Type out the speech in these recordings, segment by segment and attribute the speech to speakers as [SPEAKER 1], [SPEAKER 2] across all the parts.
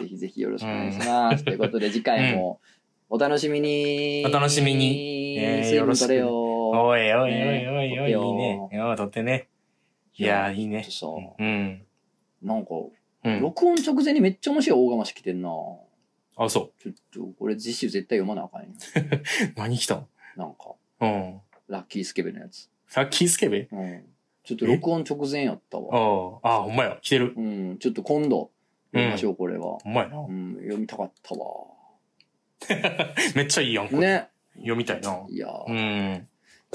[SPEAKER 1] ぜひぜひよろしくお願いします。ということで、次回もお楽しみに。
[SPEAKER 2] お楽しみにね
[SPEAKER 1] 水
[SPEAKER 2] よろ
[SPEAKER 1] 分
[SPEAKER 2] しく
[SPEAKER 1] 取れよ。
[SPEAKER 2] おいおいおい
[SPEAKER 1] ね
[SPEAKER 2] おいおい、いいね。よう、撮ってね。いやー、いいね。
[SPEAKER 1] ちょっ
[SPEAKER 2] うん。
[SPEAKER 1] とさ、なんか、
[SPEAKER 2] うん。
[SPEAKER 1] 録音直前にめっちゃ面白い大釜式来てんな。
[SPEAKER 2] あ、そ
[SPEAKER 1] ちょっと、これ次週絶対読まなあかんよ。
[SPEAKER 2] う。何来たの
[SPEAKER 1] なんか、
[SPEAKER 2] うん。
[SPEAKER 1] ラッキースケベのやつ。
[SPEAKER 2] ラッキースケベ
[SPEAKER 1] うん。ちょっと録音直前やった
[SPEAKER 2] あ
[SPEAKER 1] わ。
[SPEAKER 2] ーあー、ほんまや。来てる。
[SPEAKER 1] うん。ちょっと今度、読みましょう、これは。
[SPEAKER 2] ほんまやな
[SPEAKER 1] う。ん、読みたかったわ。
[SPEAKER 2] めっちゃいいやん、これ。
[SPEAKER 1] ね。
[SPEAKER 2] 読みたいな。
[SPEAKER 1] いやー、
[SPEAKER 2] うん。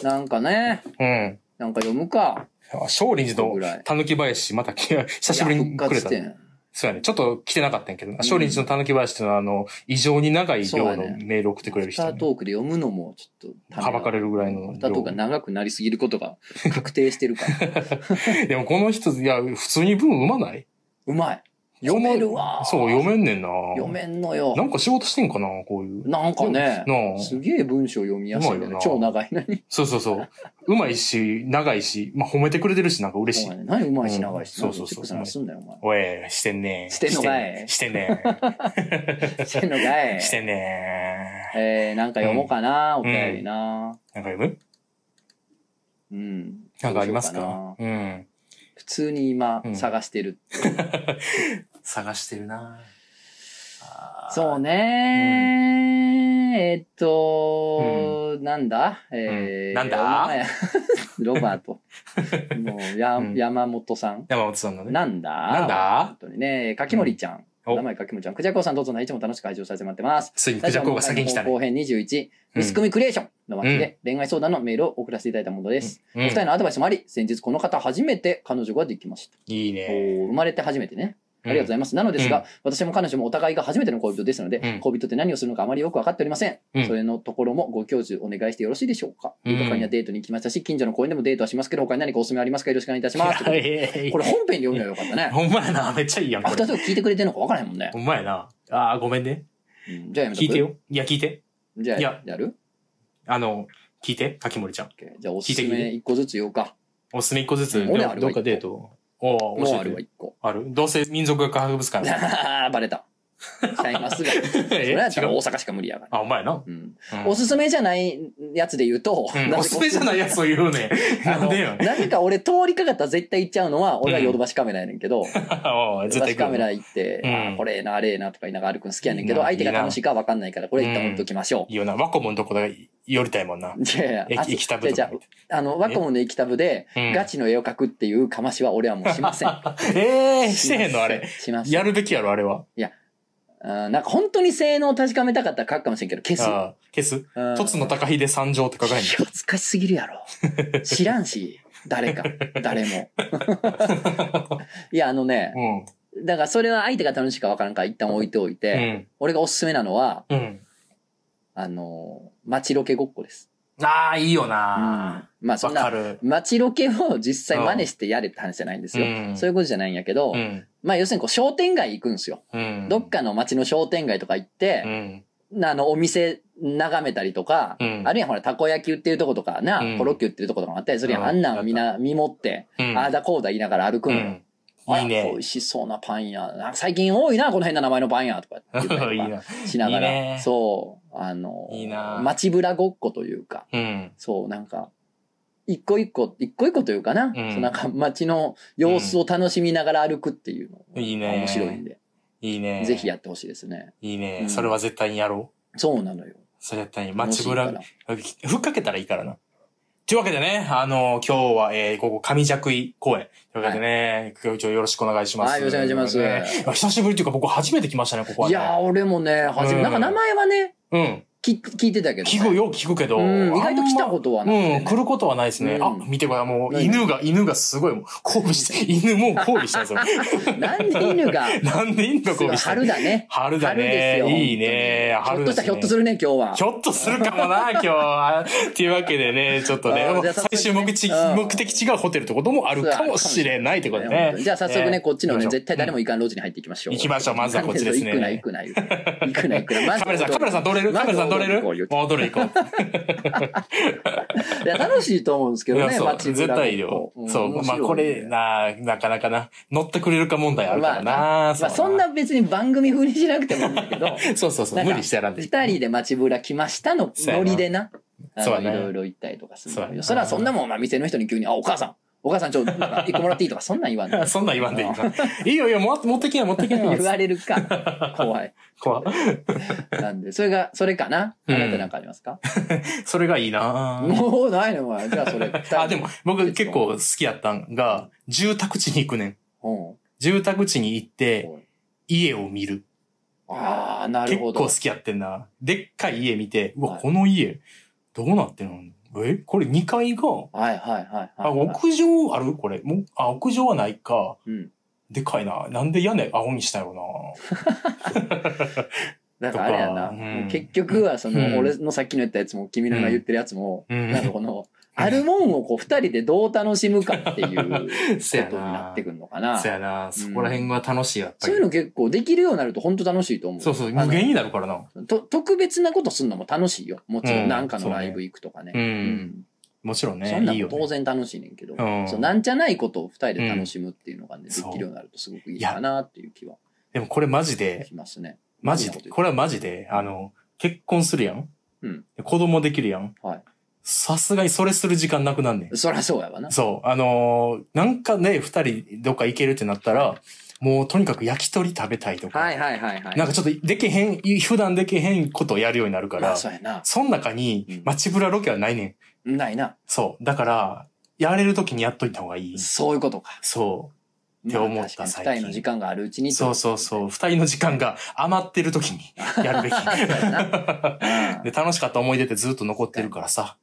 [SPEAKER 1] なんかね、
[SPEAKER 2] うん。
[SPEAKER 1] なんか読むか。
[SPEAKER 2] あ勝利寺と
[SPEAKER 1] ぐらい
[SPEAKER 2] たぬき林、また来や久しぶりに来れた
[SPEAKER 1] い。や復活点
[SPEAKER 2] そうやね。ちょっと来てなかったんやけど、勝利寺のたぬき林っていうのは、あの、異常に長い
[SPEAKER 1] そう
[SPEAKER 2] 量
[SPEAKER 1] や
[SPEAKER 2] の
[SPEAKER 1] ね
[SPEAKER 2] メール送ってくれ
[SPEAKER 1] ア
[SPEAKER 2] る
[SPEAKER 1] フ
[SPEAKER 2] 人
[SPEAKER 1] タ
[SPEAKER 2] ね、
[SPEAKER 1] ートークで読むのもちょっと
[SPEAKER 2] はばかれ
[SPEAKER 1] る
[SPEAKER 2] るぐらい
[SPEAKER 1] ア
[SPEAKER 2] の
[SPEAKER 1] フタートークが長くなりすぎることが確定してるから
[SPEAKER 2] 量。でもこの人、いや、普通に文うまないう
[SPEAKER 1] まい
[SPEAKER 2] 読め
[SPEAKER 1] 読めるわ
[SPEAKER 2] そう、読めんねんな。
[SPEAKER 1] 読めんのよ
[SPEAKER 2] なんか仕事してんかな、こういう。
[SPEAKER 1] なんかね
[SPEAKER 2] なあ
[SPEAKER 1] すげえ文章読みやすいんだよ
[SPEAKER 2] うまいよ
[SPEAKER 1] ね
[SPEAKER 2] な
[SPEAKER 1] 超長いのに
[SPEAKER 2] そうそうそう。うまいし、長いし、まあ、褒めてくれてるし、なんか嬉し
[SPEAKER 1] お
[SPEAKER 2] い。
[SPEAKER 1] 前ね何うまいし長いし
[SPEAKER 2] うん
[SPEAKER 1] なんか
[SPEAKER 2] そうそうそう
[SPEAKER 1] チェックさなすんだよお
[SPEAKER 2] おい、してんね
[SPEAKER 1] してんのかい
[SPEAKER 2] してんね
[SPEAKER 1] 前してんのかい
[SPEAKER 2] してんね
[SPEAKER 1] えー、なんか読もうかな、
[SPEAKER 2] ん
[SPEAKER 1] お便りな
[SPEAKER 2] なんか読む
[SPEAKER 1] うん、
[SPEAKER 2] なんかあります
[SPEAKER 1] どうしよ
[SPEAKER 2] か
[SPEAKER 1] う
[SPEAKER 2] うん。
[SPEAKER 1] な普通に今
[SPEAKER 2] うん
[SPEAKER 1] 探してる、
[SPEAKER 2] 探してるな
[SPEAKER 1] そうね、えーっと、なんだえー
[SPEAKER 2] うんなんだ
[SPEAKER 1] お前ロバー ト。もうや、
[SPEAKER 2] うん
[SPEAKER 1] 山本さん。
[SPEAKER 2] 山本さんのね。
[SPEAKER 1] なんだ
[SPEAKER 2] なんだ
[SPEAKER 1] 本当にね、かきもりちゃん。
[SPEAKER 2] うんお
[SPEAKER 1] 名前かきもりちゃん。くじゃこうさんどうぞないつも楽しく拝聴させてもらってます。
[SPEAKER 2] ついにクジャコが先に来たね。
[SPEAKER 1] 後編21、
[SPEAKER 2] うん
[SPEAKER 1] ミスクミクリエーションの脇で恋愛相談のメールを送らせていただいたものです。
[SPEAKER 2] う
[SPEAKER 1] お
[SPEAKER 2] ん
[SPEAKER 1] 二人のアドバイスもあり、先日この方初めて彼女ができました。
[SPEAKER 2] いい
[SPEAKER 1] おー
[SPEAKER 2] ね。
[SPEAKER 1] 生まれて初めてね。ありがとうござ
[SPEAKER 2] い
[SPEAKER 1] います。なのです
[SPEAKER 2] うん
[SPEAKER 1] が、私も彼女もお互いが初めての恋人ですので、
[SPEAKER 2] うん
[SPEAKER 1] 恋人って何をするのかあまりよく分かっておりません。
[SPEAKER 2] うん
[SPEAKER 1] それのところもご教授お願いしてよろしいでしょうか。
[SPEAKER 2] うん
[SPEAKER 1] 豊かにはデートに行きましたし、近所の公園でもデートはしますけど、他に何かおすすめありますかよろしくお願いいたします。これ
[SPEAKER 2] こ
[SPEAKER 1] 本編で読めばよかったね。
[SPEAKER 2] ほんまやな。めっちゃいいやん、
[SPEAKER 1] ア
[SPEAKER 2] こ
[SPEAKER 1] フター。
[SPEAKER 2] れ
[SPEAKER 1] トーク聞いてくれてるのか分からへんもんね
[SPEAKER 2] ほ。んまやな。ああ、ごめんね。
[SPEAKER 1] うんじゃあやめとく
[SPEAKER 2] 聞いて。よ。いや、聞いて。
[SPEAKER 1] じゃあ
[SPEAKER 2] いや
[SPEAKER 1] やる
[SPEAKER 2] あの、聞いて。滝森ちゃん。
[SPEAKER 1] OK じゃあおすす
[SPEAKER 2] 聞いて聞い
[SPEAKER 1] め一個ずつ言おうか。
[SPEAKER 2] おすすめ一個ずつ、
[SPEAKER 1] 俺
[SPEAKER 2] ど
[SPEAKER 1] あるわ
[SPEAKER 2] どっかデートを。お
[SPEAKER 1] もう
[SPEAKER 2] お、
[SPEAKER 1] あ
[SPEAKER 2] 教
[SPEAKER 1] るわ
[SPEAKER 2] えて。
[SPEAKER 1] 一個。
[SPEAKER 2] ある。どうせ民族学博物館。
[SPEAKER 1] バレた。ちゃいますが。そ
[SPEAKER 2] え
[SPEAKER 1] れやったら
[SPEAKER 2] 違
[SPEAKER 1] 大
[SPEAKER 2] う
[SPEAKER 1] 阪しか無理やから。
[SPEAKER 2] あ、お前やな。
[SPEAKER 1] うん
[SPEAKER 2] うん
[SPEAKER 1] おすすめじゃないやつで言うと
[SPEAKER 2] う、ん
[SPEAKER 1] なぜ
[SPEAKER 2] おすすめじゃないやつを言うね。
[SPEAKER 1] あ
[SPEAKER 2] なん
[SPEAKER 1] の
[SPEAKER 2] でよ。
[SPEAKER 1] なぜか俺通りかかったら絶対行っちゃうのは、俺はヨドバシカメラやねんけど、ヨ
[SPEAKER 2] おい
[SPEAKER 1] ド
[SPEAKER 2] 絶
[SPEAKER 1] バ
[SPEAKER 2] 対
[SPEAKER 1] シ
[SPEAKER 2] 行
[SPEAKER 1] カ
[SPEAKER 2] く
[SPEAKER 1] メ
[SPEAKER 2] よ。
[SPEAKER 1] ラ行って、
[SPEAKER 2] うん
[SPEAKER 1] あーこれええな、あれええなとか言いながら歩くの好きやねんけ
[SPEAKER 2] い
[SPEAKER 1] ど、
[SPEAKER 2] いな
[SPEAKER 1] 相手が楽しいか分かんないから、これ一旦置いときましょ
[SPEAKER 2] いいよな。ワコムのとこだけ寄りたいもんな
[SPEAKER 1] う。。じゃ
[SPEAKER 2] 駅
[SPEAKER 1] あ、
[SPEAKER 2] 駅タブと
[SPEAKER 1] じ
[SPEAKER 2] か
[SPEAKER 1] ゃ。あ、あの、ワコモの行きたぶで、
[SPEAKER 2] うん
[SPEAKER 1] ガチの絵を描くっていうかましは俺はもうしません。
[SPEAKER 2] ええ、してへんのあれ。
[SPEAKER 1] しません。
[SPEAKER 2] やるべきやろ、あれは。
[SPEAKER 1] うんなんか本当に性能を確かめたかったら書くかもしれんけど、消す。
[SPEAKER 2] ああ、消す。
[SPEAKER 1] うん
[SPEAKER 2] 凸の高秀三条って書かへん
[SPEAKER 1] いや恥ずかしすぎるやろ。知らんし、誰か、誰 も。いや、あのね、
[SPEAKER 2] の。
[SPEAKER 1] だからそれは相手が楽しいか分からんから一旦置いておいて、
[SPEAKER 2] うん。
[SPEAKER 1] 俺がおすすめなのは、
[SPEAKER 2] うん。うん。
[SPEAKER 1] あのー、街ロケごっこです。
[SPEAKER 2] ああ、いいよな。
[SPEAKER 1] まあそ
[SPEAKER 2] わ
[SPEAKER 1] ん
[SPEAKER 2] か
[SPEAKER 1] な、
[SPEAKER 2] る。
[SPEAKER 1] 街ロケを実際真似してやれって話じゃないんですよ。
[SPEAKER 2] うん
[SPEAKER 1] そういうことじゃないんやけど、
[SPEAKER 2] うん。
[SPEAKER 1] まあ要するにこう商店街行くんですよ。
[SPEAKER 2] うん。
[SPEAKER 1] どっかの街の商店街とか行って、
[SPEAKER 2] ん。
[SPEAKER 1] あの、お店眺めたりとか、
[SPEAKER 2] うん
[SPEAKER 1] あるいはほら、たこ焼き売ってるとことかな、
[SPEAKER 2] うん
[SPEAKER 1] コロッケ売ってるとことかもあったりするやん。
[SPEAKER 2] うん
[SPEAKER 1] あんなんみんな見守って、
[SPEAKER 2] うん。
[SPEAKER 1] ああだこうだ言いながら歩く
[SPEAKER 2] う
[SPEAKER 1] のよ。
[SPEAKER 2] ん。
[SPEAKER 1] あら
[SPEAKER 2] いいね
[SPEAKER 1] 美味しそうなパン屋。なんか最近多いな、この変な名前のパン屋とか言った
[SPEAKER 2] い
[SPEAKER 1] り
[SPEAKER 2] い
[SPEAKER 1] とか
[SPEAKER 2] な。
[SPEAKER 1] しながら。
[SPEAKER 2] いいね
[SPEAKER 1] そう。あの、
[SPEAKER 2] いいな
[SPEAKER 1] 街ぶらごっこというか、
[SPEAKER 2] うん。
[SPEAKER 1] そう、なんか、一個一個、一個一個というかな、
[SPEAKER 2] ん
[SPEAKER 1] そうなんか街の様子を楽しみながら歩くっていうのが
[SPEAKER 2] いいね
[SPEAKER 1] 面白いんで、
[SPEAKER 2] いいね。
[SPEAKER 1] ぜひやってほしいですね。
[SPEAKER 2] いいうね。
[SPEAKER 1] ん
[SPEAKER 2] それは絶対にやろう。
[SPEAKER 1] そうなのよ。
[SPEAKER 2] それやったらいい。
[SPEAKER 1] 楽し
[SPEAKER 2] 街
[SPEAKER 1] いか
[SPEAKER 2] ぶ
[SPEAKER 1] ら
[SPEAKER 2] ら、ふっかけたらいいからな。というわけでね、あの、今日は、えー、ここ、上尺井公園。というわけでね、今日よろしくお願いします。
[SPEAKER 1] はいよろしくお願いします
[SPEAKER 2] ねいや久しぶりというか、僕初めて来ましたね、ここはいね。
[SPEAKER 1] やー、俺もね、初め、
[SPEAKER 2] うん
[SPEAKER 1] なんか名前はね、
[SPEAKER 2] うん。
[SPEAKER 1] 聞聞いてたけど、ね。
[SPEAKER 2] 聞く、よく聞くけど。
[SPEAKER 1] うん、意外と来た
[SPEAKER 2] と
[SPEAKER 1] ことはなくて、ね
[SPEAKER 2] うん、来ることはないですね。
[SPEAKER 1] うん
[SPEAKER 2] あ、見てこれ、もう、
[SPEAKER 1] 何
[SPEAKER 2] 犬が、犬がすごい、もう、交尾して、犬もう交尾したぞ。
[SPEAKER 1] なんで犬 が、
[SPEAKER 2] なんで犬が
[SPEAKER 1] すご
[SPEAKER 2] 交
[SPEAKER 1] い
[SPEAKER 2] 尾した
[SPEAKER 1] 春だね。
[SPEAKER 2] 春だ
[SPEAKER 1] 春ですよ
[SPEAKER 2] ね。いいね。
[SPEAKER 1] ひょ
[SPEAKER 2] 春
[SPEAKER 1] っ
[SPEAKER 2] で
[SPEAKER 1] とし
[SPEAKER 2] すね
[SPEAKER 1] たらひょっとするね、今日は。
[SPEAKER 2] ひょっとするかもな、今日は。っていうわけで ね、ちょっとね、
[SPEAKER 1] あーじゃあ
[SPEAKER 2] 最終
[SPEAKER 1] 早速
[SPEAKER 2] 目
[SPEAKER 1] ね
[SPEAKER 2] 的、
[SPEAKER 1] うん
[SPEAKER 2] 目的違うホテルってこともあるかもしれないってことね。
[SPEAKER 1] じゃあ早速ね、こっちのね、
[SPEAKER 2] 行きましょう
[SPEAKER 1] 絶対誰も行かん路地に入っていきましょう。
[SPEAKER 2] 行きましょうまずはこっちですね
[SPEAKER 1] 行くな、行くな、行くな、行くな。
[SPEAKER 2] カメラさん、カメラさん、
[SPEAKER 1] ど
[SPEAKER 2] どれるカメラさん、踊れる
[SPEAKER 1] こういう
[SPEAKER 2] 踊る行こう。
[SPEAKER 1] いや、楽しいと思うんですけど
[SPEAKER 2] い
[SPEAKER 1] ね、
[SPEAKER 2] やそう
[SPEAKER 1] 街ブ
[SPEAKER 2] 絶
[SPEAKER 1] ラ
[SPEAKER 2] 対よ。そう。まあ、これ、
[SPEAKER 1] ま
[SPEAKER 2] な、なかなかな、乗ってくれるか問題あるから
[SPEAKER 1] ま
[SPEAKER 2] な。
[SPEAKER 1] あ、そん。な別に番組風にしなくてもいいんだけ ど、
[SPEAKER 2] そうそうそ
[SPEAKER 1] な
[SPEAKER 2] う。
[SPEAKER 1] んか
[SPEAKER 2] 無理してやらんでいい。
[SPEAKER 1] 二人で街ぶら来ましたの
[SPEAKER 2] そうや
[SPEAKER 1] ノ
[SPEAKER 2] な
[SPEAKER 1] リでな、あ
[SPEAKER 2] そ
[SPEAKER 1] の
[SPEAKER 2] うや
[SPEAKER 1] い
[SPEAKER 2] な
[SPEAKER 1] ろいろ行ったりとかする
[SPEAKER 2] そう
[SPEAKER 1] の
[SPEAKER 2] やな
[SPEAKER 1] よ。それはそんなもん、まあ、店の人に急に、あ、お母さん、お母さんちょっと、なんか一個もらっていいとか、そんなん言わんの
[SPEAKER 2] そんなん言わ んでいいから。いいよいいよ、も持ってきな、持ってきな。
[SPEAKER 1] 言われるか。怖い。
[SPEAKER 2] 怖い
[SPEAKER 1] なんで、それが、それかなあ
[SPEAKER 2] うん
[SPEAKER 1] なたなんかありますか、
[SPEAKER 2] それがいいな
[SPEAKER 1] もうないのお前。じゃあそれ。
[SPEAKER 2] あ、でも、僕結構好きやったんが、住宅地に行くねん。
[SPEAKER 1] も。
[SPEAKER 2] 住宅地に行っ
[SPEAKER 1] うん
[SPEAKER 2] て、。家を見る。
[SPEAKER 1] ああ、なる
[SPEAKER 2] 結
[SPEAKER 1] ほ
[SPEAKER 2] 構
[SPEAKER 1] ど。
[SPEAKER 2] 好きやってんな。でっかい家見て、うわ、
[SPEAKER 1] はい
[SPEAKER 2] この家、どうなってんのえこれ2階が、
[SPEAKER 1] はいはいはいはい、はい。
[SPEAKER 2] あ、屋上あるこれ。もうあ、屋上はないか。
[SPEAKER 1] うん。
[SPEAKER 2] でかいな。なんで屋根青にしたよ
[SPEAKER 1] だ
[SPEAKER 2] な。
[SPEAKER 1] からあれやな。
[SPEAKER 2] とかうん
[SPEAKER 1] 結局は、その、
[SPEAKER 2] うん
[SPEAKER 1] 俺のさっきの言ったやつも、君の今言ってるやつも、
[SPEAKER 2] うん
[SPEAKER 1] なんかこの、あるもんをこう、二人でどう楽しむかっていうこと
[SPEAKER 2] せや
[SPEAKER 1] に
[SPEAKER 2] な
[SPEAKER 1] なってくるのか な。
[SPEAKER 2] そやな。そこら辺が楽しい、やっぱ
[SPEAKER 1] そうい
[SPEAKER 2] り
[SPEAKER 1] う。の結構できるようになると本当楽しいと思う。
[SPEAKER 2] そうそう、
[SPEAKER 1] あ
[SPEAKER 2] 無
[SPEAKER 1] の
[SPEAKER 2] 限になるからな。
[SPEAKER 1] と特別なことするのも楽しいよ。もちろ、
[SPEAKER 2] うんん
[SPEAKER 1] なんかのライブ行くとかね。
[SPEAKER 2] そうねもちろん
[SPEAKER 1] そ
[SPEAKER 2] ね
[SPEAKER 1] ん、ない
[SPEAKER 2] い
[SPEAKER 1] ん
[SPEAKER 2] よ
[SPEAKER 1] も
[SPEAKER 2] ね。
[SPEAKER 1] 当然楽しいねんけど、
[SPEAKER 2] うん
[SPEAKER 1] そうなんじゃないことを二人で楽しむっていうのがね、
[SPEAKER 2] ん
[SPEAKER 1] できるようになるとすごくいいかなっていう気は
[SPEAKER 2] でもこれマジで、
[SPEAKER 1] しますね。
[SPEAKER 2] マジで、これはマジで、あの、結婚するやん。
[SPEAKER 1] うん
[SPEAKER 2] で子供できるやん
[SPEAKER 1] はい。
[SPEAKER 2] さすがにそれする時間なくなんねん。
[SPEAKER 1] そりゃそうやわな。
[SPEAKER 2] そう。あのーなんかね、二人どっか行けるってなったら、もうとにかく焼き鳥食べたいとか、
[SPEAKER 1] はいはいはいはい。
[SPEAKER 2] なんかちょっとできへん、普段できへんことをやるようになるか
[SPEAKER 1] まあ
[SPEAKER 2] ら、
[SPEAKER 1] そうやな。
[SPEAKER 2] その中
[SPEAKER 1] うん
[SPEAKER 2] に街ぶらロケはないねん。
[SPEAKER 1] ないな。
[SPEAKER 2] そう。だから、やれる時にやっといた方がいい。
[SPEAKER 1] そういうことか。
[SPEAKER 2] そって思った
[SPEAKER 1] まあ確か
[SPEAKER 2] 最近
[SPEAKER 1] に二人の時間があるうちに
[SPEAKER 2] う。
[SPEAKER 1] と。
[SPEAKER 2] そうそうそう。二人の時間が余ってる時にやる べき。
[SPEAKER 1] うん
[SPEAKER 2] で、楽しかった思い出ってずっと残ってるからさ。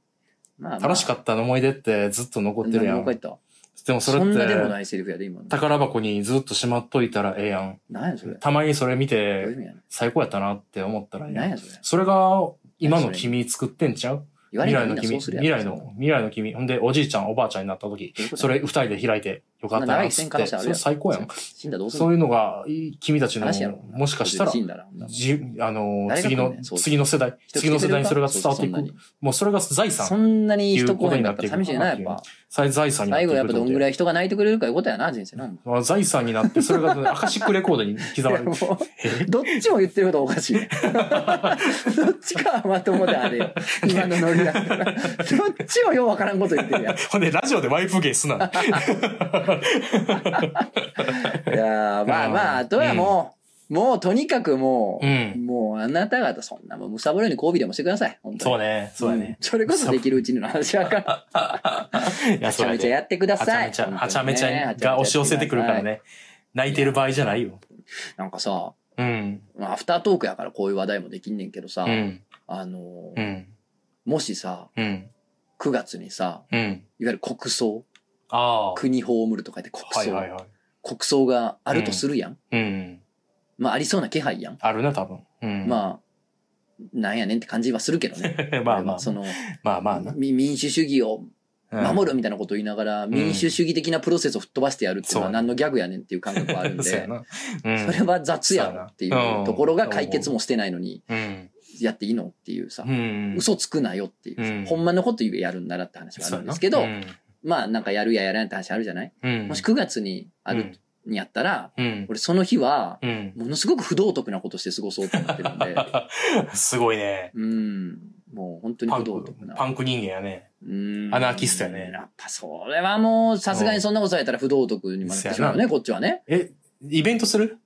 [SPEAKER 1] まあまあ
[SPEAKER 2] 楽しかった思い出ってずっと残ってるや
[SPEAKER 1] 何も
[SPEAKER 2] ん
[SPEAKER 1] 書。いた
[SPEAKER 2] でもそ
[SPEAKER 1] そ
[SPEAKER 2] れ
[SPEAKER 1] ん
[SPEAKER 2] っ
[SPEAKER 1] なでもな
[SPEAKER 2] て、
[SPEAKER 1] いセリフやで、今の。
[SPEAKER 2] 宝箱にずっとしまっといたらええやん。
[SPEAKER 1] 何やそれ。ど
[SPEAKER 2] たまにそれ見
[SPEAKER 1] ういう意
[SPEAKER 2] て
[SPEAKER 1] 味やねん
[SPEAKER 2] 最高やったなって思ったらええや
[SPEAKER 1] 何
[SPEAKER 2] ん。
[SPEAKER 1] やそれ。
[SPEAKER 2] それが今の君作ってんちゃう
[SPEAKER 1] 言われ
[SPEAKER 2] 未
[SPEAKER 1] たら
[SPEAKER 2] 来
[SPEAKER 1] み
[SPEAKER 2] の
[SPEAKER 1] んなそ
[SPEAKER 2] 君、
[SPEAKER 1] うするや
[SPEAKER 2] 未来の、未来の君。ほんで、おじいちゃん、おばあちゃんになった時、
[SPEAKER 1] どういうこと
[SPEAKER 2] それ二人で開いてよかった
[SPEAKER 1] 長生
[SPEAKER 2] なっ
[SPEAKER 1] きせ
[SPEAKER 2] つ
[SPEAKER 1] ん
[SPEAKER 2] っ
[SPEAKER 1] 可
[SPEAKER 2] て。
[SPEAKER 1] 能性あるや
[SPEAKER 2] それ
[SPEAKER 1] ん
[SPEAKER 2] 最高やん。
[SPEAKER 1] 死んだらどうする
[SPEAKER 2] そういうのが、い君たちの
[SPEAKER 1] 話やろ、
[SPEAKER 2] もしかしたら
[SPEAKER 1] 死、んだら。
[SPEAKER 2] じあの
[SPEAKER 1] 誰が来
[SPEAKER 2] 次
[SPEAKER 1] んねん
[SPEAKER 2] の、
[SPEAKER 1] そう
[SPEAKER 2] 次の世代、次の世代にそれが伝わっていく。もうそれが財
[SPEAKER 1] そ
[SPEAKER 2] 産、
[SPEAKER 1] んなに人来ないんだったら
[SPEAKER 2] いうことになっ
[SPEAKER 1] 寂し
[SPEAKER 2] ていく
[SPEAKER 1] いな、やっぱ。
[SPEAKER 2] 財財産になって
[SPEAKER 1] 最後
[SPEAKER 2] いく
[SPEAKER 1] やっぱどんぐ
[SPEAKER 2] い
[SPEAKER 1] らい人が泣いてくれるかいうことやな、人生な。
[SPEAKER 2] 財産になって、それ がアカシックレコードに刻まれ
[SPEAKER 1] いや
[SPEAKER 2] る
[SPEAKER 1] も。 うどっちも言ってることおかしいね。どっちかはまともであれよ。今のノリだったら。どっちもようわからんこと言ってるやん。い
[SPEAKER 2] ほんで、ラジオでワイプゲーすなの。
[SPEAKER 1] やーまあまあ、あとはもう、もうとにかくも
[SPEAKER 2] う
[SPEAKER 1] う、
[SPEAKER 2] ん。
[SPEAKER 1] もうあなた方そんなもんむさぼるように交尾でもしてください。本当に
[SPEAKER 2] そうね、そうだね。
[SPEAKER 1] んそれこそできるうちの話やから。
[SPEAKER 2] いや、
[SPEAKER 1] はち
[SPEAKER 2] そう
[SPEAKER 1] ゃ
[SPEAKER 2] や
[SPEAKER 1] めちゃ
[SPEAKER 2] ね。
[SPEAKER 1] やってくだ
[SPEAKER 2] はちゃ
[SPEAKER 1] さい。
[SPEAKER 2] めちゃ、
[SPEAKER 1] 本当にね
[SPEAKER 2] はちゃめちゃが押し寄せてくるから。ね。泣いてる場合じゃないよ。
[SPEAKER 1] なんかさ、
[SPEAKER 2] うん。
[SPEAKER 1] まあアフタートークやからこういう話題もできんねんけどさ、
[SPEAKER 2] うん。
[SPEAKER 1] あのー
[SPEAKER 2] うん。
[SPEAKER 1] もしさ、
[SPEAKER 2] うん。
[SPEAKER 1] 9月にさ、
[SPEAKER 2] うん。
[SPEAKER 1] いわゆる国葬、
[SPEAKER 2] ああ。
[SPEAKER 1] 国葬るとか言って国葬、
[SPEAKER 2] はいはいはい。
[SPEAKER 1] 国葬があるとするやん。
[SPEAKER 2] うん。
[SPEAKER 1] まあありそうな気配やん。
[SPEAKER 2] あるな、多分。うん。あ。
[SPEAKER 1] まあ、なんやねんって感じはするけどね。
[SPEAKER 2] まあ
[SPEAKER 1] 俺
[SPEAKER 2] まあ
[SPEAKER 1] は。その、
[SPEAKER 2] まあまあな。
[SPEAKER 1] み民主主義を
[SPEAKER 2] うん
[SPEAKER 1] 守るみたいなことを言いながら、
[SPEAKER 2] ん
[SPEAKER 1] 民主主義的なプロセスを吹っ飛ばしてやるっていうのは
[SPEAKER 2] そう
[SPEAKER 1] 何のギャグやねんっていう感覚はあるんで、
[SPEAKER 2] そうや
[SPEAKER 1] そ
[SPEAKER 2] な。うん。
[SPEAKER 1] れは雑やろっていうところが解決もしてないのに、
[SPEAKER 2] うん。
[SPEAKER 1] やっていいのっていうさ
[SPEAKER 2] う、ん。
[SPEAKER 1] 嘘つくなよっていうさ、
[SPEAKER 2] うん
[SPEAKER 1] ほんまのこと言えやるんならって話はあるんですけど、
[SPEAKER 2] そうやな
[SPEAKER 1] まあなんかやるややらないって話あるじゃない、
[SPEAKER 2] うん。
[SPEAKER 1] もし9月にある、にやったら、
[SPEAKER 2] うん。
[SPEAKER 1] 俺その日は、
[SPEAKER 2] うん。
[SPEAKER 1] ものすごく不道徳なことして過ごそうと思ってるん で、
[SPEAKER 2] すごいね。
[SPEAKER 1] うん、もう本当に
[SPEAKER 2] パ
[SPEAKER 1] 不
[SPEAKER 2] ン
[SPEAKER 1] 道
[SPEAKER 2] ク
[SPEAKER 1] 徳、な。
[SPEAKER 2] パンク人間やね。
[SPEAKER 1] うん
[SPEAKER 2] アナーキストやね
[SPEAKER 1] やっぱそれはもうさすがにそんなことされたら不道徳にもなってしまうよね、こっちはね。
[SPEAKER 2] え、イベントする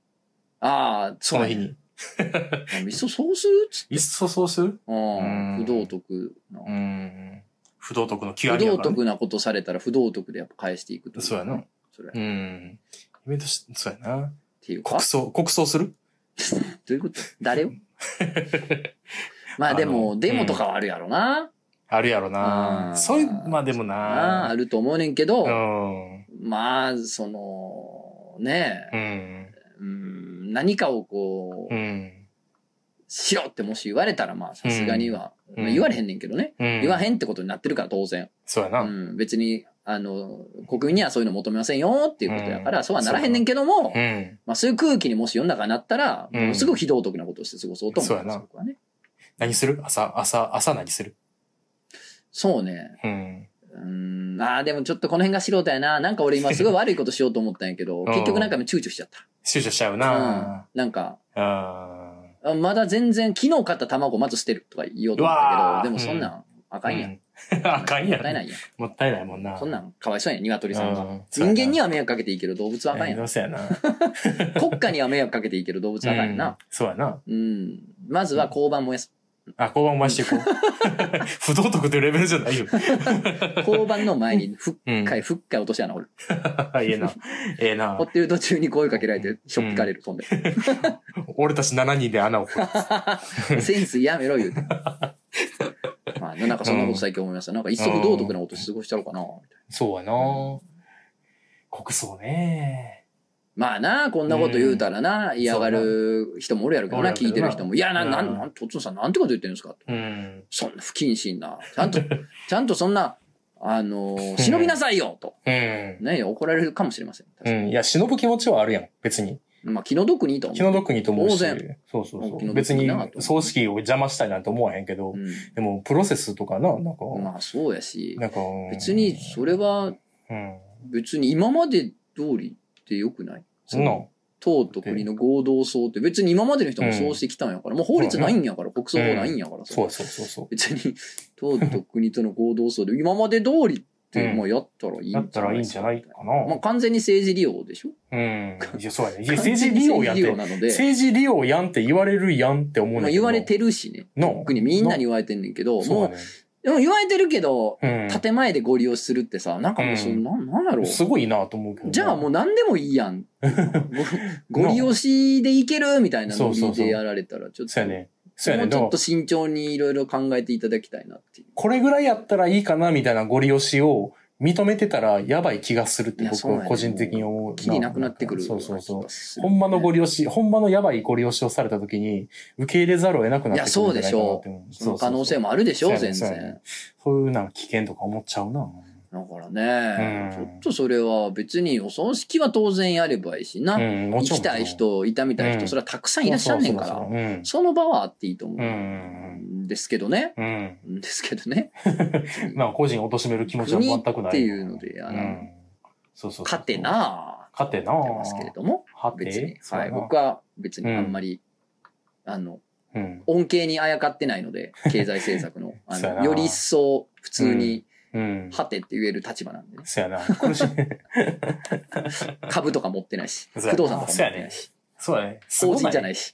[SPEAKER 1] ああ、
[SPEAKER 2] その日に。
[SPEAKER 1] そうね。いっそそうするっつ
[SPEAKER 2] いっそそうする
[SPEAKER 1] うん、不道徳な。
[SPEAKER 2] うん。不道徳の極
[SPEAKER 1] 不
[SPEAKER 2] みや
[SPEAKER 1] 道
[SPEAKER 2] からね
[SPEAKER 1] 徳なことされたら不道徳でやっぱ返していくといか
[SPEAKER 2] そうやな。
[SPEAKER 1] それはっ
[SPEAKER 2] うん。イベントし、そうやな。
[SPEAKER 1] ていうか
[SPEAKER 2] 国。葬、国葬する
[SPEAKER 1] どういうこと誰をまあで
[SPEAKER 2] あ
[SPEAKER 1] も、
[SPEAKER 2] の
[SPEAKER 1] デモとかはあるやろな。
[SPEAKER 2] あるやろな
[SPEAKER 1] う。ん
[SPEAKER 2] そういう、まあでも
[SPEAKER 1] ああ
[SPEAKER 2] な
[SPEAKER 1] あ。ると思うねんけど、
[SPEAKER 2] うん。
[SPEAKER 1] まあ、その、ね
[SPEAKER 2] う
[SPEAKER 1] え、う
[SPEAKER 2] ん。
[SPEAKER 1] ん、何かをこう、
[SPEAKER 2] うん。
[SPEAKER 1] しろってもし言われたら、まあ、さすがには、
[SPEAKER 2] うん
[SPEAKER 1] まあ言われへんねんけどね。
[SPEAKER 2] 言
[SPEAKER 1] 言わへんってことになってるから、当然。
[SPEAKER 2] そうや
[SPEAKER 1] う
[SPEAKER 2] な。うん。
[SPEAKER 1] ん、別に、あの、国民にはそういうの求めませんよっていうことやから、そうはならへんねんけども、まあ、そういう空気にもし世の中になったら、
[SPEAKER 2] うん
[SPEAKER 1] ものすごく非道徳なことをして過ごそうと思
[SPEAKER 2] そう
[SPEAKER 1] う
[SPEAKER 2] や
[SPEAKER 1] んです
[SPEAKER 2] な
[SPEAKER 1] 僕はね。
[SPEAKER 2] 何する朝、朝、朝何する
[SPEAKER 1] そうね。
[SPEAKER 2] うん。
[SPEAKER 1] うーん。ああ、でもちょっとこの辺が素人やな。なんか俺今すごい悪いことしようと思ったんやけ ど、
[SPEAKER 2] ん
[SPEAKER 1] 結局なんか躊躇しちゃった。
[SPEAKER 2] 躊躇しちゃう
[SPEAKER 1] うん
[SPEAKER 2] な。。
[SPEAKER 1] なんか、
[SPEAKER 2] あー
[SPEAKER 1] あまだ全然昨日買った卵まず捨てるとか言おうと思っ
[SPEAKER 2] うわ
[SPEAKER 1] た
[SPEAKER 2] ー
[SPEAKER 1] けど、でもそんなんあかんやん。
[SPEAKER 2] うん。 あかんや
[SPEAKER 1] もったい
[SPEAKER 2] ん。
[SPEAKER 1] ないやん。
[SPEAKER 2] もったいないもんな。
[SPEAKER 1] そんなんかわいそうやん、鶏さん
[SPEAKER 2] う
[SPEAKER 1] が
[SPEAKER 2] ん。
[SPEAKER 1] 人間には迷惑かけていいけど動物はあかんや
[SPEAKER 2] えど
[SPEAKER 1] ん。
[SPEAKER 2] うせやな。
[SPEAKER 1] 国家には迷惑かけていいけど動物はあかんやん
[SPEAKER 2] うん
[SPEAKER 1] な。
[SPEAKER 2] そうやな。
[SPEAKER 1] うん。まずは交番燃やす。
[SPEAKER 2] あ、交番お前していこう。 不道徳というレベルじゃないよ。
[SPEAKER 1] 交番の前に、ふっ
[SPEAKER 2] うん。
[SPEAKER 1] か
[SPEAKER 2] え
[SPEAKER 1] い、ふっかい落とし穴掘る。
[SPEAKER 2] えな。ええな
[SPEAKER 1] 掘。ってる途中に声かけられて、しょっぴかれる、飛んで。
[SPEAKER 2] 俺たち7人で穴を掘る。
[SPEAKER 1] センスやめろ言うて。 まあ、なんかそんなこと最近思いました。なんか一足道徳なこと過ごしちゃおうかな。みたいな
[SPEAKER 2] そうやな。国葬ね。
[SPEAKER 1] まあな、こんなこと言うたらな、嫌がる人もおるやろけどな、
[SPEAKER 2] そう
[SPEAKER 1] 聞
[SPEAKER 2] や
[SPEAKER 1] いてる人も。いや、な、
[SPEAKER 2] うん
[SPEAKER 1] なん、なん、とっつんさん、なんてこと言ってるんですか
[SPEAKER 2] うん。
[SPEAKER 1] そんな不謹慎な。ちゃん と、ちゃんとそんな、あのー忍びなさいよと。
[SPEAKER 2] うん。
[SPEAKER 1] ね、怒られるかもしれません。確か
[SPEAKER 2] う
[SPEAKER 1] に
[SPEAKER 2] ん。いや、忍ぶ気持ちはあるやん。別に。
[SPEAKER 1] まあ、気の毒にいいと
[SPEAKER 2] 気
[SPEAKER 1] 思う。
[SPEAKER 2] の毒にと思う
[SPEAKER 1] 当
[SPEAKER 2] し。そうそうそ
[SPEAKER 1] 気の
[SPEAKER 2] う。
[SPEAKER 1] 毒
[SPEAKER 2] 別に
[SPEAKER 1] なと
[SPEAKER 2] 葬式を邪魔したいなんて思わへんけど、でもプロセスとかな、なんか、
[SPEAKER 1] うん、まあ、そうやし、
[SPEAKER 2] なんか、
[SPEAKER 1] 別に、それは、
[SPEAKER 2] うん。
[SPEAKER 1] 別に今まで通りってよくない
[SPEAKER 2] そんなん。
[SPEAKER 1] 党と国の合同葬って別に今までの人もそうしてきたんやから、もう法律ないんやから、国葬法ないんやからさ、
[SPEAKER 2] そうそうそうそう。
[SPEAKER 1] 別に党と国との合同葬で今まで通りって、
[SPEAKER 2] うん
[SPEAKER 1] まあやったらいいんじゃ
[SPEAKER 2] だ
[SPEAKER 1] ない
[SPEAKER 2] ったらいいんじゃないかな。
[SPEAKER 1] まあ完全に政治利用でしょ
[SPEAKER 2] うん。いや、そうやね。いや、
[SPEAKER 1] 完全
[SPEAKER 2] 政治
[SPEAKER 1] に
[SPEAKER 2] 利用やんっ
[SPEAKER 1] 政
[SPEAKER 2] て。
[SPEAKER 1] 治なので、
[SPEAKER 2] 政治利用やんって言われるやんって思うね
[SPEAKER 1] ま
[SPEAKER 2] ん
[SPEAKER 1] あ
[SPEAKER 2] だけ
[SPEAKER 1] 言
[SPEAKER 2] ど。
[SPEAKER 1] われてるしね。
[SPEAKER 2] な、
[SPEAKER 1] 国みんなに言われてんねんけど、
[SPEAKER 2] そう
[SPEAKER 1] も
[SPEAKER 2] や
[SPEAKER 1] う、
[SPEAKER 2] ね
[SPEAKER 1] でも言われてるけど、
[SPEAKER 2] うん。
[SPEAKER 1] 建前でご利用するってさ、なんかもうそ、
[SPEAKER 2] うん
[SPEAKER 1] なん、なんやろ
[SPEAKER 2] すごいなと思うけどな。
[SPEAKER 1] じゃあもう何でもいいやん。 ごご利用しでいけるみたいなノ
[SPEAKER 2] そうそ
[SPEAKER 1] リ
[SPEAKER 2] うそう
[SPEAKER 1] でやられたら、ちょっと。
[SPEAKER 2] そうやね。そうや
[SPEAKER 1] も
[SPEAKER 2] ね。
[SPEAKER 1] うち
[SPEAKER 2] だか
[SPEAKER 1] ょっ
[SPEAKER 2] ら
[SPEAKER 1] と慎重にいろいろ考えていただきたいなっていう。
[SPEAKER 2] これぐらいやったらいいかなみたいなご利用しを認めてたらやばい気がするって
[SPEAKER 1] いや
[SPEAKER 2] 僕
[SPEAKER 1] そうやね
[SPEAKER 2] は個人的に思う。
[SPEAKER 1] 気になくなってくる。
[SPEAKER 2] そうそうそう。
[SPEAKER 1] う
[SPEAKER 2] ほんまのご
[SPEAKER 1] 利
[SPEAKER 2] 利用し、ほんまのやばいご利用しをされた時に、受け入れざるを得なくなってくるんじゃないかなって思う。
[SPEAKER 1] その可能性
[SPEAKER 2] も。
[SPEAKER 1] もあるでしょ、
[SPEAKER 2] そうや
[SPEAKER 1] 全
[SPEAKER 2] ねそうや
[SPEAKER 1] 然
[SPEAKER 2] ね。そういうなんか危険とか思っちゃうな。
[SPEAKER 1] だからね、ち
[SPEAKER 2] う
[SPEAKER 1] ょ
[SPEAKER 2] ん
[SPEAKER 1] っとそれは別にお葬式は当然やればいいしな。
[SPEAKER 2] うん、も
[SPEAKER 1] 行
[SPEAKER 2] ちろん。
[SPEAKER 1] きたい人、痛みたいう人、
[SPEAKER 2] ん
[SPEAKER 1] それはたくさんいらっしゃんねんか
[SPEAKER 2] そうそう
[SPEAKER 1] ら、
[SPEAKER 2] そううん。
[SPEAKER 1] その場はあっていいと思
[SPEAKER 2] う。
[SPEAKER 1] うんんですけどね。
[SPEAKER 2] うん。
[SPEAKER 1] ですけどね。
[SPEAKER 2] まあ、個人を貶める気持ちは
[SPEAKER 1] 国
[SPEAKER 2] 全くない。
[SPEAKER 1] っていうので、
[SPEAKER 2] う
[SPEAKER 1] あの、
[SPEAKER 2] ん。そうそうそう。
[SPEAKER 1] 勝て。な
[SPEAKER 2] 勝てな
[SPEAKER 1] あ、ってますけれども、
[SPEAKER 2] はて
[SPEAKER 1] 別に、
[SPEAKER 2] そう
[SPEAKER 1] は
[SPEAKER 2] や
[SPEAKER 1] い、
[SPEAKER 2] な
[SPEAKER 1] 僕は別にあんまり、あの、
[SPEAKER 2] うん。
[SPEAKER 1] 恩恵にあやかってないので、 経済政策の。あ
[SPEAKER 2] そうや
[SPEAKER 1] の
[SPEAKER 2] な
[SPEAKER 1] より一層普通に、
[SPEAKER 2] うん。
[SPEAKER 1] はてって言える立場なんでね。
[SPEAKER 2] そうやな。苦しい。
[SPEAKER 1] 株とか持ってないし、
[SPEAKER 2] そうやな
[SPEAKER 1] 不動産とか持ってないし、
[SPEAKER 2] そうやね。す
[SPEAKER 1] 法
[SPEAKER 2] ご。
[SPEAKER 1] 人じゃないいし。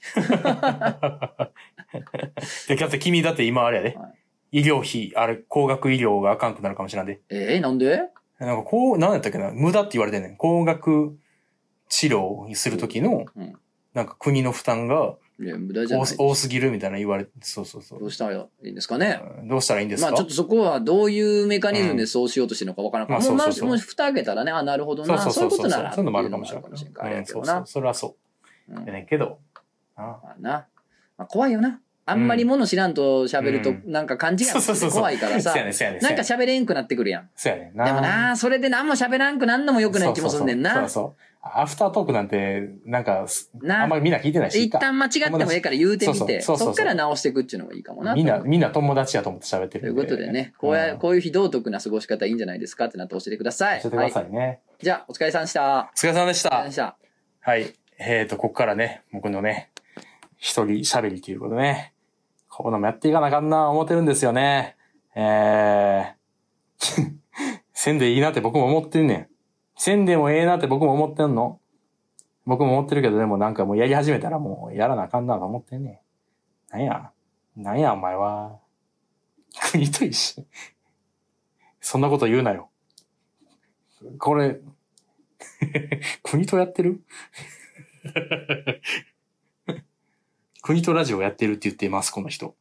[SPEAKER 2] で、だって君だって今あれやで
[SPEAKER 1] は。
[SPEAKER 2] 医療費、あれ、高額医療があかんくなるかもしれないで。
[SPEAKER 1] えー、なんで
[SPEAKER 2] なんかこう、なんやったっけな、無駄って言われてんねん。高額治療にする時の、
[SPEAKER 1] うん
[SPEAKER 2] なんか国の負担が
[SPEAKER 1] いや、無駄じゃ
[SPEAKER 2] 多
[SPEAKER 1] ない
[SPEAKER 2] す。多すぎるみたいな言われて、そうそうそ
[SPEAKER 1] ど
[SPEAKER 2] う。
[SPEAKER 1] うしたらいいんですかね。
[SPEAKER 2] どうしたらいいんです
[SPEAKER 1] ま
[SPEAKER 2] か、
[SPEAKER 1] あちょっとそこはどういうメカニズムでそうしようとしてるのかわからんから、
[SPEAKER 2] うんまあ
[SPEAKER 1] もうま
[SPEAKER 2] そうそうそう
[SPEAKER 1] もう蓋開けたらね、あ、なるほどな、そういうことならって
[SPEAKER 2] そ
[SPEAKER 1] いう
[SPEAKER 2] いう
[SPEAKER 1] う
[SPEAKER 2] の
[SPEAKER 1] の
[SPEAKER 2] も
[SPEAKER 1] も
[SPEAKER 2] あ
[SPEAKER 1] あ
[SPEAKER 2] る
[SPEAKER 1] る
[SPEAKER 2] か
[SPEAKER 1] か
[SPEAKER 2] も
[SPEAKER 1] も
[SPEAKER 2] し
[SPEAKER 1] し
[SPEAKER 2] れ
[SPEAKER 1] れないい
[SPEAKER 2] な
[SPEAKER 1] から、あれやけ
[SPEAKER 2] そ
[SPEAKER 1] ど
[SPEAKER 2] うそ
[SPEAKER 1] な
[SPEAKER 2] う。。それはそ
[SPEAKER 1] うん
[SPEAKER 2] う。やねんけど。あ
[SPEAKER 1] まあな。まあ怖いよな。あんまりもの知らんと喋ると
[SPEAKER 2] うん
[SPEAKER 1] なんか勘違い
[SPEAKER 2] そうそう
[SPEAKER 1] し
[SPEAKER 2] そ
[SPEAKER 1] て
[SPEAKER 2] うそう。
[SPEAKER 1] 怖いからさ
[SPEAKER 2] そう、やねん、そうやねん。
[SPEAKER 1] なんか喋れんくなってくるやん。
[SPEAKER 2] そうやねんな。
[SPEAKER 1] でもな、それで何も喋らんくなんのも良くない気もすんねん
[SPEAKER 2] そう
[SPEAKER 1] な
[SPEAKER 2] そう。そうそうそう。アフタートークなんて、なんかす、あ
[SPEAKER 1] なん
[SPEAKER 2] まりみんな聞いてないし。
[SPEAKER 1] 一旦間違ってもええから言うてみて、
[SPEAKER 2] そ
[SPEAKER 1] そう
[SPEAKER 2] そうそうそう
[SPEAKER 1] っから直していくっていうのがいいかもなと。
[SPEAKER 2] みんな、みんな友達やと思って喋って
[SPEAKER 1] とい
[SPEAKER 2] る
[SPEAKER 1] うんことでね、こうや、
[SPEAKER 2] ん
[SPEAKER 1] こういう非道徳な過ごし方いいんじゃないですかってなって教えてください。
[SPEAKER 2] 教えてくださ
[SPEAKER 1] はい
[SPEAKER 2] ね。
[SPEAKER 1] い。じゃあ、お疲れさんでした。
[SPEAKER 2] お疲れ様でし
[SPEAKER 1] お疲れ
[SPEAKER 2] た
[SPEAKER 1] 様で。した。
[SPEAKER 2] はい。えーと、ここからね、僕のね、一人喋りということでね、こういうのもやっていかなあかんな思ってるんですよね。えー、 せんでいいなって僕も思ってんねん。せんでもええなって僕も思ってんの。僕も思ってるけど、でもなんかもうやり始めたらもうやらなあかんなと思ってんねん。なんや、なんやお前は。国と一緒。そんなこと言うなよ。これ、 国とやってる国とラジオやってるって言ってます、この人。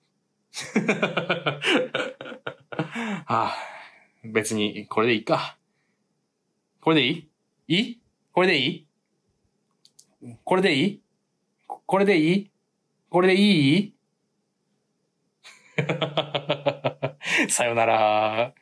[SPEAKER 2] ああ、別に、これでいいか。これでいいいいこれでいいこれでいいここれでいいこれでいい さよなら。